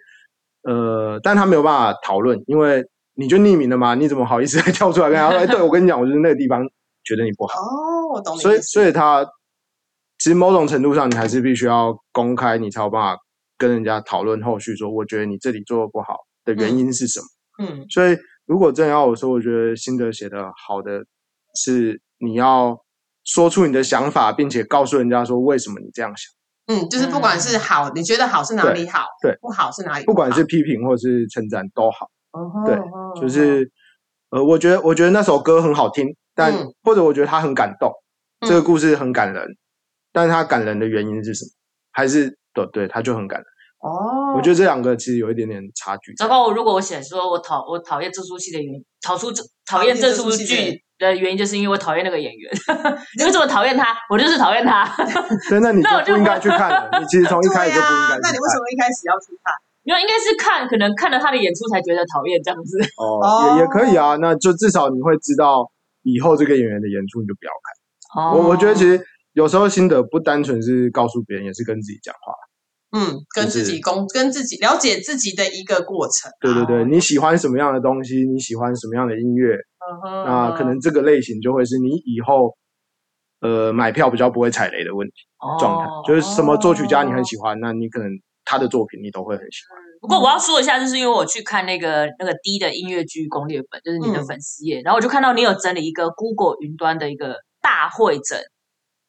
S3: 呃，但他没有办法讨论，因为你就匿名的嘛，你怎么好意思 *laughs* 跳出来跟他说？哎，对我跟你讲，我就是那个地方觉得你不好，
S1: 哦，我懂你
S3: 所以
S1: 的意思。
S3: 所以他其实某种程度上，你还是必须要公开，你才有办法跟人家讨论后续说，我觉得你这里做的不好的原因是什么。
S1: 嗯
S3: 所以如果真的要我说，我觉得心得写的好的是你要说出你的想法，并且告诉人家说为什么你这样想，
S1: 嗯，就是不管是好，你觉得好是哪里好，
S3: 对对
S1: 不好是哪里好，
S3: 不管是批评或是称赞都好。
S1: 哦
S3: 对
S1: 吼
S3: 就是呃，我觉得我觉得那首歌很好听，但、
S1: 嗯
S3: 或者我觉得它很感动，
S1: 嗯
S3: 这个故事很感人，但是它感人的原因是什么？还是对对，它就很感人。
S1: 哦，
S3: 我觉得这两个其实有一点点差距。
S4: 糟糕，如果我写说我讨我讨厌这出戏的原因，讨出这讨厌这出
S1: 讨厌这出戏
S4: 剧的原因，就是因为我讨厌那个演员。 *laughs* 你为什么讨厌他？我就是讨厌他。 *laughs*
S3: 对，那你就
S4: 那我就
S3: 不应该去
S1: *laughs*
S3: 看了。你其实从一
S1: 对
S3: 开始就不应
S1: 呀
S3: 该、，
S1: 那
S3: 去看。
S1: 你为什么一开始要去看？
S4: 没有，应该是看可能看了他的演出才觉得讨厌这样子。
S3: 哦，也也可以
S1: 哦
S3: 啊，那就至少你会知道以后这个演员的演出，你就不要看。
S4: 哦
S3: 我我觉得其实有时候心得不单纯是告诉别人，也是跟自己讲话。
S1: 嗯，跟
S3: 就
S1: 自
S3: 是
S1: 己工，跟自己了解自己的一个过程啊。
S3: 对对对，
S4: 哦
S3: 你喜欢什么样的东西，你喜欢什么样的音乐，
S1: 嗯哼，
S3: 那可能这个类型就会是你以后呃买票比较不会踩雷的问题
S4: 哦
S3: 状态。就是什么作曲家你很喜欢，那你可能他的作品你都会很喜欢。
S4: 不过我要说一下，就是因为我去看那个那个 D 的音乐剧攻略本，就是你的
S1: 嗯
S4: 粉丝页，然后我就看到你有整理一个 Google 云端的一个大会诊，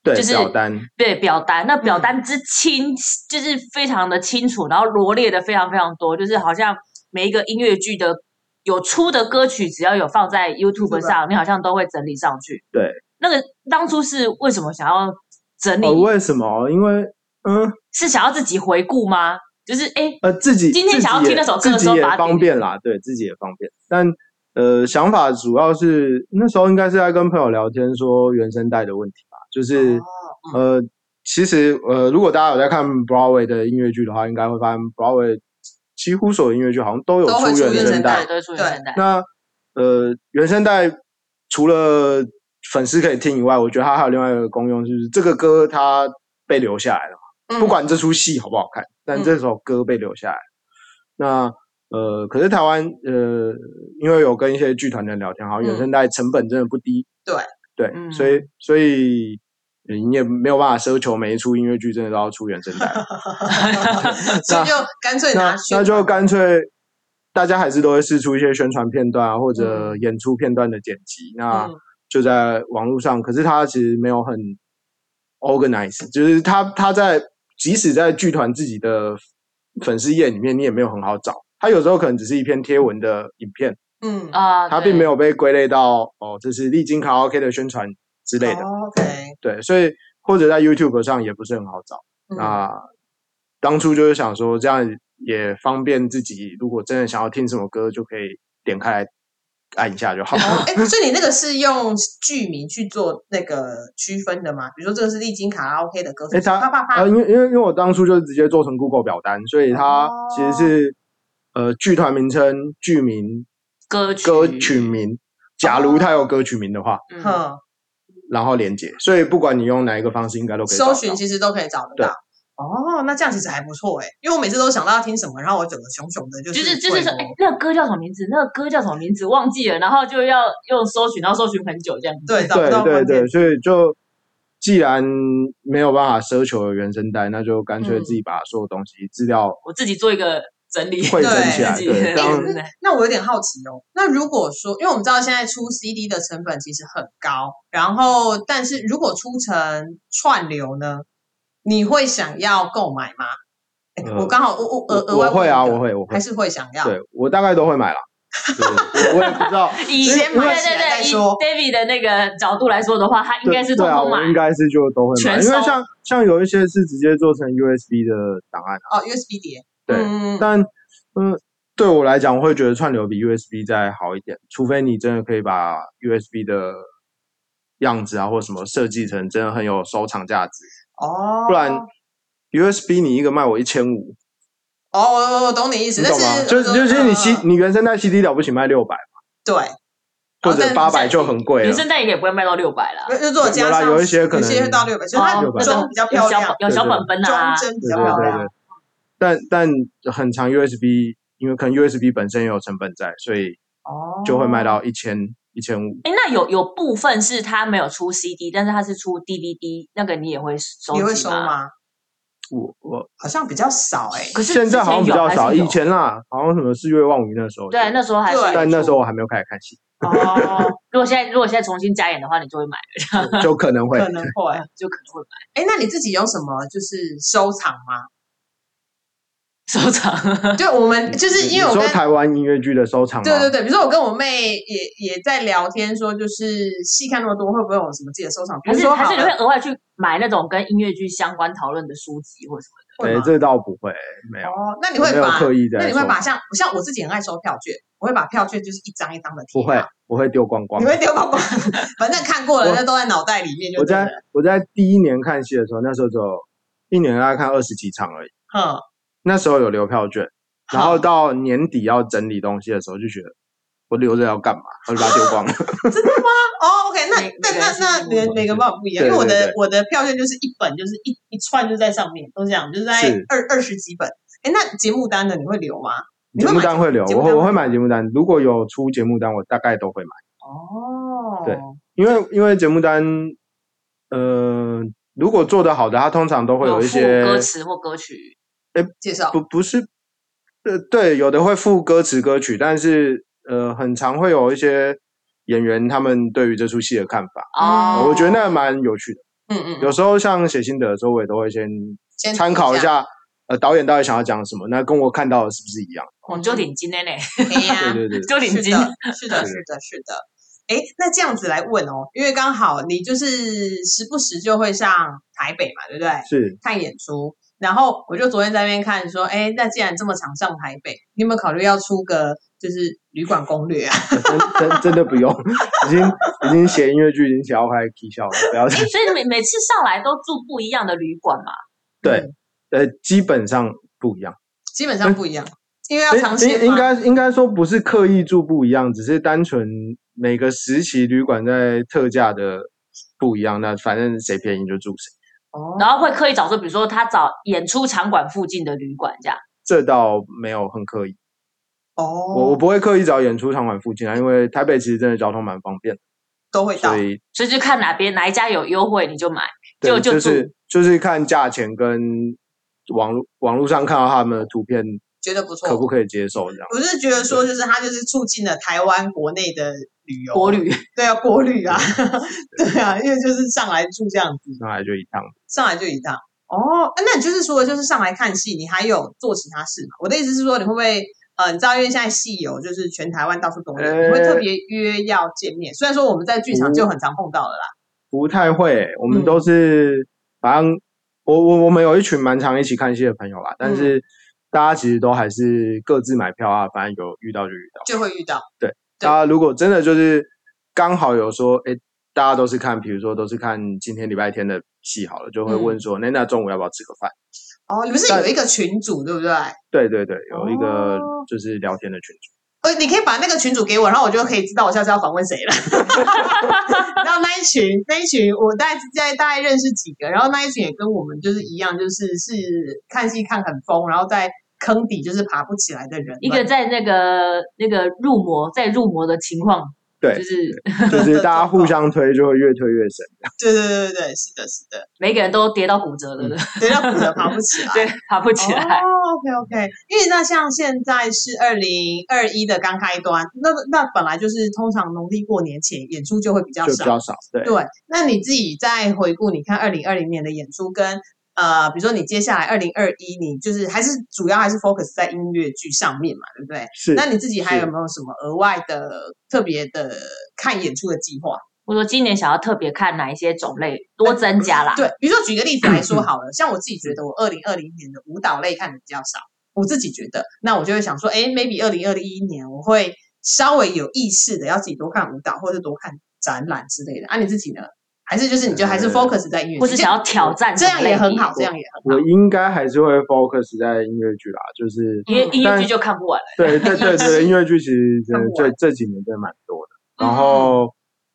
S3: 对，
S4: 就是
S3: 表单
S4: 对表单，那
S3: 嗯
S4: 表单之清、就是非常的清楚，然后罗列的非常非常多，就是好像每一个音乐剧的有出的歌曲，只要有放在 YouTube
S1: 是吧
S4: 上，你好像都会整理上去。
S3: 对，
S4: 那个当初是为什么想要整理？
S3: 哦，为什么？因为嗯
S4: 是想要自己回顾吗？就是哎，诶
S3: 呃，自己
S4: 今天
S3: 自己
S4: 想要
S3: 也
S4: 听那首歌的
S3: 自
S4: 时
S3: 己
S4: 候
S3: 也
S4: 把它
S3: 方
S4: 点
S3: 便啦，对自己也方便。但呃，想法主要是那时候应该是在跟朋友聊天，说原声带的问题吧，就是、
S4: 哦嗯
S3: 呃，其实呃，如果大家有在看 Broadway 的音乐剧的话，应该会发现 Broadway 几乎所有音乐剧好像都有
S1: 都
S3: 出
S1: 会出
S3: 原
S1: 原
S3: 声
S1: 声
S3: 带
S1: 带
S4: 对，。都会出
S1: 对
S4: 原声带。
S3: 那呃，原声带除了粉丝可以听以外，我觉得它还有另外一个功用，就是这个歌它被留下来了。
S1: 嗯
S3: 不管这出戏好不好看，但
S1: 嗯
S3: 这首歌被留下来。那呃，可是台湾呃，因为有跟一些剧团的人聊天，好像原声带成本真的不低。
S1: 嗯对
S3: 对，
S4: 嗯
S3: 所以所以呃你也没有办法奢求每一出音乐剧真的都要出原声
S1: *laughs*
S3: 带。
S1: *laughs* 所以就干脆
S3: 那
S1: 拿去
S3: 那就干脆，大家还是都会试出一些宣传片段啊，或者演出片段的剪辑，那
S1: 嗯
S3: 就在网络上。可是它其实没有很 organize，就是它它在即使在剧团自己的粉丝页里面，你也没有很好找。它有时候可能只是一篇贴文的影片，
S1: 嗯
S4: 啊，
S3: 它
S4: 对
S3: 并没有被归类到哦，这是历经卡拉 OK 的宣传之类的。
S1: 哦 OK，
S3: 对，所以或者在 YouTube 上也不是很好找。
S1: 嗯
S3: 那当初就是想说，这样也方便自己，如果真的想要听什么歌，就可以点开来按一下就好
S1: 哦
S3: 了。
S1: 哎，所以你那个是用剧名去做那个区分的吗？比如说这个是历经卡拉 OK 的歌手，
S3: 哎它
S1: 啪啪啪
S3: 呃，，因为因为因为我当初就是直接做成 Google 表单，所以它
S1: 哦
S3: 其实是、呃剧团名称、剧名、
S4: 歌曲
S3: 歌曲名，假如它有歌曲名的话，
S4: 嗯
S1: 哼，
S3: 然后连接，所以不管你用哪一个方式，应该都可以找
S1: 搜
S3: 到。
S1: 寻其实都可以找得
S3: 对
S1: 到。哦，那这样其实还不错哎，因为我每次都想到要听什么，然后我整个熊熊的，就
S4: 就是
S1: 是
S4: 就是说，
S1: 会
S4: 哎
S1: 哦，
S4: 那个歌叫什么名字？那个歌叫什么名字？忘记了，然后就要用搜寻，然后搜寻很久这样子。
S1: 对，找不
S3: 对
S1: 到
S3: 对
S1: 关键
S3: 对，所以就既然没有办法奢求原声带，那就干脆
S1: 嗯
S3: 自己把所有东西资料
S4: 我自己做一个整理，
S3: 汇
S1: 整起
S3: 来
S4: 自己
S3: 对
S4: 的
S3: 这样
S4: 对对对
S1: 那我有点好奇哦，那如果说，因为我们知道现在出 CD 的成本其实很高，然后但是如果出成串流呢，你会想要购买吗？诶
S3: 呃
S1: 我刚好我我额额
S3: 我
S1: 外
S3: 会
S1: 问
S3: 啊
S1: 一个
S3: 我会我会
S1: 还是会想要。
S3: 对我大概都会买啦。对我我也不知道，
S4: 以
S1: 先
S4: 对对
S1: 买起来再
S4: 对，以
S1: 说
S4: David 的那个角度来说的话，他应该是通
S3: 对啊，
S4: 通买
S3: 我应该是就都会买，
S4: 全
S3: 因
S4: 收
S3: 为像像有一些是直接做成 USB 的档案啊，
S1: 哦，USB 碟。
S3: 对
S1: 嗯，
S3: 但嗯。对我来讲，我会觉得串流比 USB 再好一点，除非你真的可以把 USB 的样子啊，或什么设计成真的很有收藏价值，
S1: 哦，
S3: 不然 USB 你一个卖我一千五，
S1: 哦，我我我懂你意思，
S3: 你
S1: 但
S3: 懂吗？
S1: 是
S3: 就是就是你 C
S1: 嗯
S3: 你原生带 CD 了不起卖六百，
S1: 对，
S3: 或
S1: 哦但
S3: 者
S1: 是
S3: 八百就很贵
S4: 原
S3: 了。
S4: 生带也不会卖到六百啦。
S1: 呃如果加
S3: 有啦
S1: 上
S3: 有一些可能
S1: 有些会到六百，所以它
S4: 哦，
S3: 600
S4: 那种
S1: 装比较漂亮，
S4: 有小有小本本
S1: 装，
S4: 啊
S1: 帧比
S3: 对
S1: 较
S3: 对
S1: 漂
S3: 对
S1: 亮
S3: 对。，但但很长 USB，因为可能 USB 本身也有成本在，所以
S1: 哦
S3: 就会卖到一千一千五。
S4: 哎，那有有部分是它没有出 CD，但是它是出 DVD，那个你也会收
S1: 你会
S4: 集
S1: 收吗？
S3: 我我
S1: 好像比较少哎、
S4: 可是
S3: 现在
S4: 之前
S3: 好像比
S4: 有
S3: 较
S4: 还是
S3: 少，
S4: 有
S3: 以前啦，好像什么四月望雨那时候有，
S4: 对那时候还是有
S1: 对
S3: 但那时候
S4: 出
S3: 我还没有开始看戏，
S1: 哦，
S4: 如果现在如果现在重新加演的话，你就会买了，
S3: 就可能会
S1: *laughs* 可能会。
S4: 就可能会买
S1: 哎、那你自己有什么就是收藏吗？
S4: 收藏。
S1: 就我们就是因为我
S3: 你
S1: 跟
S3: 说台湾音乐剧的收藏吗？
S1: 对对对，比如说我跟我妹也也在聊天说，就是戏看那么多，会不会有什么自己的收藏？比
S4: 还
S1: 如
S4: 是
S1: 说
S4: 还
S1: 好
S4: 是你
S1: 了，
S4: 会额外去买那种跟音乐剧相关讨论的书籍或什么的？
S1: 会
S3: 哎
S1: 吗？
S3: 这倒不会，没有。
S1: 哦，那你
S3: 我
S1: 会
S3: 没有
S1: 把
S3: 刻意在
S1: 那你会
S3: 收
S1: 把
S3: 藏
S1: 像像我自己很爱收票券，我会把票券就是一张一张的贴
S3: 不会
S1: 好，
S3: 我会丢光光
S1: 啊你。会丢光光， *laughs* 反正看过了，
S3: 我
S1: 那都在脑袋里面就
S3: 我
S1: 对
S3: 在
S1: 了。
S3: 我在第一年看戏的时候，那时候只有一年大概看二十几场而已，
S1: 哼，
S3: 那时候有留票券，然后到年底要整理东西的时候就觉得。我留着要干嘛？我就把它丢光了。
S1: 哦，OK，那
S4: 每
S1: 那
S4: 每个人
S1: 那那
S4: 心情不
S1: 每
S4: 同
S1: 每个
S3: 对
S1: 办法不一样，因
S3: 对
S1: 为我
S3: 对
S1: 的
S3: 对
S1: 我的票券就是一本就是一一串就在上面，都这样，就是在
S3: 是
S1: 二二十几本。哎，那节目单的你会留吗？你
S3: 节
S1: 会
S3: 目
S1: 买
S3: 单会留，
S1: 节目
S3: 我
S1: 单
S3: 会
S1: 吗
S3: 我会买节目单。如果有出节目单，我大概都会买，
S1: 哦，
S3: 对因为因为节目单，呃，如果做得好的，它通常都会有一
S4: 附
S3: 些
S4: 哦歌词或歌曲，
S1: 介绍
S3: 不不是，呃，对，有的会附歌词歌曲，但是呃，很常会有一些演员他们对于这出戏的看法，
S1: 嗯
S4: 哦，
S3: 我觉得那蛮有趣的。
S1: 嗯嗯，嗯
S3: 有时候像写心得的时候，我也都会先
S1: 先
S3: 参
S1: 读
S3: 考一
S1: 下，
S3: 下，呃，导演到底想要讲什么，那跟我看到的是不是一样？
S4: 我就领金的嘞，
S1: 哎呀，
S3: *laughs* 对对对，
S4: 就领
S1: 是
S4: 金。
S1: 的，是的，
S3: 对
S1: 是的，是的。哎，那这样子来问哦，因为刚好你就是时不时就会上台北嘛，对不对？
S3: 是
S1: 看演出，然后我就昨天在那边看说，哎，那既然这么常上台北，你有没有考虑要出个就是旅馆攻略啊？
S3: 真真真的不用， *laughs* 已经已经写音乐剧已经写到快啼笑了，不要
S4: 哎，所以每每次上来都住不一样的旅馆嘛，
S3: 对
S1: 嗯，
S3: *laughs* 呃，基本上不一样。
S1: 基本上不一样，因为要
S3: 诶
S1: 尝鲜嘛
S3: 应应该应该说不是刻意住不一样，只是单纯每个时期旅馆在特价的不一样，那反正谁便宜就住谁，
S1: 哦
S4: 然后会刻意找说，比如说他找演出场馆附近的旅馆这样。
S3: 这倒没有很刻意。我我
S1: 哦，
S3: 不会刻意找演出场馆附近啊，因为台北其实真的交通蛮方便的，
S1: 都会到
S3: 所以
S4: 所以就看哪边哪一家有优惠你就买，
S3: 对
S4: 就就
S3: 就是就是看价钱跟网络网络上看到他们的图片
S1: 觉得不错。
S3: 可不可以接受这样。
S1: 我是觉得说，就是它就是促进了台湾国内的旅游，
S4: 国旅。
S1: 对啊，国旅啊， *laughs* 对啊，因为就是上来住这样子，
S3: 上来就一趟，
S1: 上来就一趟。哦，啊那你就是说，就是上来看戏，你还有做其他事吗？我的意思是说，你会不会呃，你知道，因为现在戏友就是全台湾到处都有，
S3: 呃
S1: 你会特别约要见面。虽然说我们在剧场
S3: 不
S1: 就很常碰到了啦，
S3: 不太会、我
S1: 嗯
S3: 们都是、反正我我我们有一群蛮常一起看戏的朋友啦，但
S1: 嗯
S3: 是大家其实都还是各自买票啊，反正有遇到就遇到。
S1: 就会遇到。对
S3: 大家如果真的就是刚好有说，哎、大家都是看，比如说都是看今天礼拜天的戏好了，就会问
S1: 嗯
S3: 说，那、那中午要不要吃个饭？
S1: 哦，你们是
S3: 但
S1: 有一个群组，对不对？
S3: 对对对，有一个
S1: 哦
S3: 就是聊天的群组。
S1: 呃，你可以把那个群主给我，然后我就可以知道我下次要访问谁了。 *laughs* 然后那一群，那一群，我大概在大概认识几个，然后那一群也跟我们就是一样，就是是看戏看很疯，然后在坑底就是爬不起来的人们。
S4: *laughs*
S1: 啊
S4: 一个在那个那个入魔，在入魔的情况，
S3: 对
S4: 就，是
S3: 就是大家互相推，就会越推越深。
S1: 对对对对对，是的，是的，
S4: 每个人都跌到骨折了，
S1: 对，要骨折爬不起来。
S4: 对， *laughs* 爬不起来。
S1: 哦，OK OK，因为那像现在是二零二一的刚开端，那那本来就是通常农历过年前演出就会比较
S3: 就比
S1: 少，
S3: 较少，对，
S1: 对，那你自己再回顾，你看二零二零年的演出跟呃，比如说你接下来二零二一，你就是还是主要还是 focus 在音乐剧上面嘛，对不对？
S3: 是
S1: 那你自己还有
S3: 是
S1: 没有什么额外的特别的看演出的计划？
S4: 我说今年想要特别看哪一些种类，多增加啦。 *clears throat*
S1: 对，比如说举个例子来说好了，像我自己觉得我二零二零年的舞蹈类看的比较少，我自己觉得，那我就会想说，哎，maybe 二零二一年我会稍微有意识的要自己多看舞蹈或者多看展览之类的。啊，你自己呢？还是就是你就还是
S3: 呃
S1: focus 在音乐剧，
S4: 或是想要挑战
S1: 这样
S4: 什么
S1: 也
S4: 类
S1: 很
S4: 别
S1: 好，
S4: 的
S1: 这样也很好。
S3: 我应该还是会 focus 在音乐剧啦，就是
S4: 因为音乐
S3: 但
S4: 剧就看不完了。
S3: 对对对对，音乐剧其实真的
S1: 看不完
S3: 这这几年真的蛮多的。然后，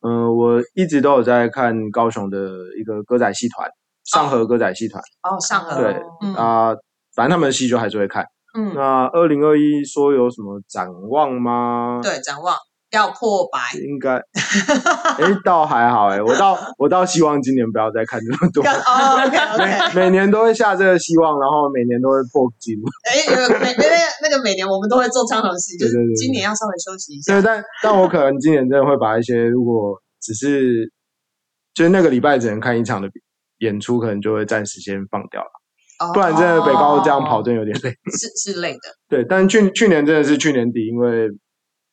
S3: 嗯、我一直都有在看高雄的一个歌仔戏团，上河歌仔戏团
S1: 哦，上颌，
S3: 对
S1: 嗯
S3: 啊、反正他们的戏就还是会看。
S1: 嗯，
S3: 那二零二一说有什么展望吗？，
S1: 对，展望要破
S3: *laughs*
S1: 百，
S3: 应该，哎，倒还好哎，我倒我倒希望今年不要再看这么多。
S1: 哦，OK OK，
S3: 每每年都会下这个希望，然后每年都会破纪录。
S1: 哎，有每每那那个每年我们都会做唱和戏，就是
S3: 对对对对
S1: 今年要稍微休息一下
S3: 对，，但但我可能今年真的会把一些如果只是就是那个礼拜只能看一场的演出，可能就会暂时先放掉了。
S1: 哦
S3: 不然真的北高这样跑真的有点累。
S1: 是是累的，
S3: 对，但去去年真的是去年底，因为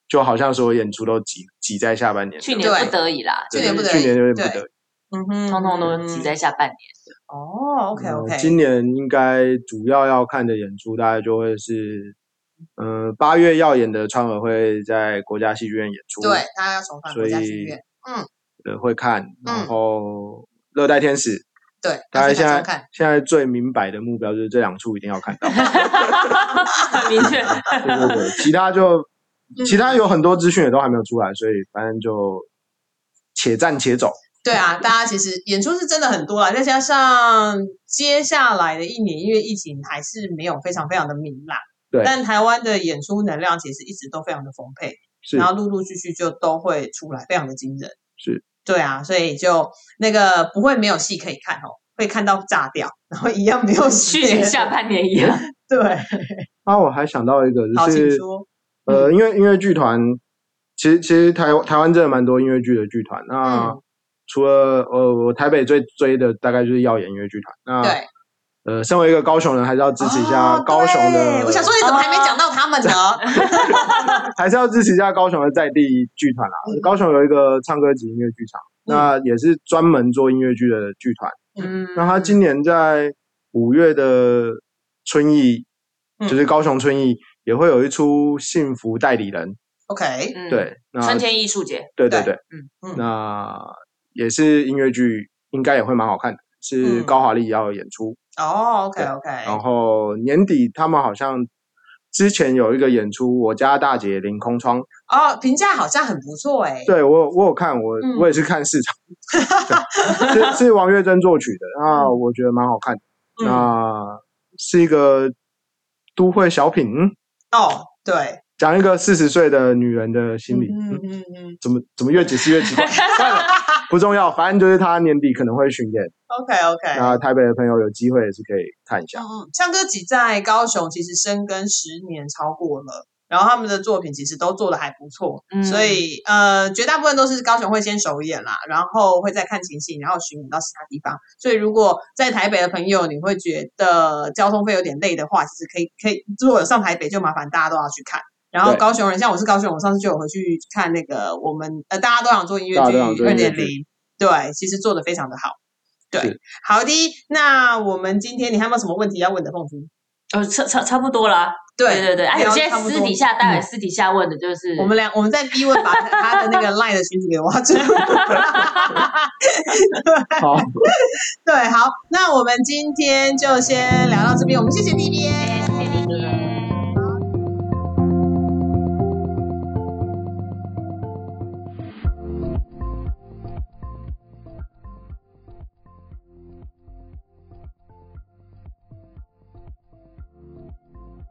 S3: 就好像所有演出都挤挤在下半年。
S4: 去年
S1: 对
S4: 不得已啦，
S1: 去
S3: 对
S1: 年不得已
S3: 去年有点不得已。
S1: 嗯哼，
S4: 通通都挤在下半年。
S1: 哦，OK
S3: 呃
S1: OK，
S3: 今年应该主要要看的演出，大概就会是，呃，八月要演的川委会在国家戏剧院演出。
S1: 对，大家要重返
S3: 所
S1: 国
S3: 以
S1: 家剧院，嗯，
S3: 呃，会看，
S1: 嗯
S3: 然后热带天使，
S1: 对，
S3: 大
S1: 要
S3: 家
S1: 去
S3: 现
S1: 台中
S3: 在
S1: 看，
S3: 现在最明摆的目标就是这两处一定要
S1: *laughs*
S3: 看到，
S4: 很明确，
S3: 对对对，其他就
S1: 嗯
S3: 其他有很多资讯也都还没有出来，所以反正就且战且走。
S1: 对啊，大家其实演出是真的很多啦，再加上接下来的一年，因为疫情还是没有非常非常的明朗，
S3: 对
S1: 但台湾的演出能量其实一直都非常的丰沛，
S3: 是
S1: 然后陆陆续续就都会出来，非常的惊人。
S3: 是，
S1: 对啊，所以就那个不会没有戏可以看哦，会看到炸掉，然后一样没
S3: *laughs*
S1: 有时
S4: 去年
S1: 间
S4: 下半年一样。
S1: 对，
S3: 啊，我还想到一个，
S1: 好，
S3: 就
S1: 请
S3: 是
S1: 说，嗯
S3: 呃，因为音乐剧团，其实其实台台湾真的蛮多音乐剧的剧团，那、
S1: 嗯
S3: 除了呃我台北最追的大概就是耀眼音乐剧团，那
S1: 对，
S3: 呃，身为一个高雄人，还是要支持一下
S1: 哦
S3: 高雄的。
S1: 对我想说，你怎么还没讲到他们呢？
S3: 还是要支持一下高雄的在地剧团啦
S1: 嗯。
S3: 高雄有一个唱歌及音乐剧场，那也是专门做音乐剧的剧团。
S4: 嗯，
S3: 那他今年在五月的春艺，
S1: 嗯
S3: 就是高雄春艺，也会有一出《幸福代理人》。
S1: OK，
S4: 嗯，
S3: 对，那
S4: 春天艺术节，
S3: 对对
S1: 对
S3: 对，
S1: 嗯
S3: 那也是音乐剧，应该也会蛮好看的。是
S1: 嗯
S3: 高华丽要演出，
S1: 哦，OK
S3: 对
S1: OK，
S3: 然后年底他们好像之前有一个演出《我家大姐凌空窗》。
S1: 哦，评价好像很不错哎、
S3: 对我有我有看，我、
S1: 嗯
S3: 我也是看市
S1: *laughs*
S3: 场，对是是王岳珍作曲的，那我觉得蛮好看的。
S1: 嗯，
S3: 那是一个都会小品，嗯
S1: 哦，对，
S3: 讲一个四十岁的女人的心理，
S1: 嗯
S3: 嗯
S1: 嗯嗯
S3: 怎么怎么越解释越
S1: *laughs*
S3: 奇怪，算了不重要，反正就是她年底可能会巡演，
S1: ，OK OK，
S3: 那台北的朋友有机会也是可以看一下
S1: 嗯。嗯，唱歌集在高雄其实深耕十年超过了。然后他们的作品其实都做的还不错，
S4: 嗯
S1: 所以呃，绝大部分都是高雄会先首演啦，然后会再看情形，然后巡演到其他地方。所以如果在台北的朋友，你会觉得交通费有点累的话，其实可以可以，如果有上台北就麻烦大家都要去看。然后
S3: 对
S1: 高雄人，像我是高雄人，我上次就有回去看那个我们呃，大家都想做音乐
S3: 大家
S1: 剧
S3: 都想做
S1: 二
S3: 音乐
S1: 点
S3: 剧
S1: 零，对，其实做的非常的好。对
S3: 是，
S1: 好的，那我们今天你还有没有什么问题要问的，凤珠？
S4: 呃，差差差不多啦。对对对，啊，有些私底下，
S3: 嗯
S4: 待会私底下问的就是
S1: 我们俩我们在逼问把他的那个 line 的群组给挖出来。
S3: 好，
S1: *laughs* 对，好，那我们今天就先聊到这边，我们谢谢 D B A，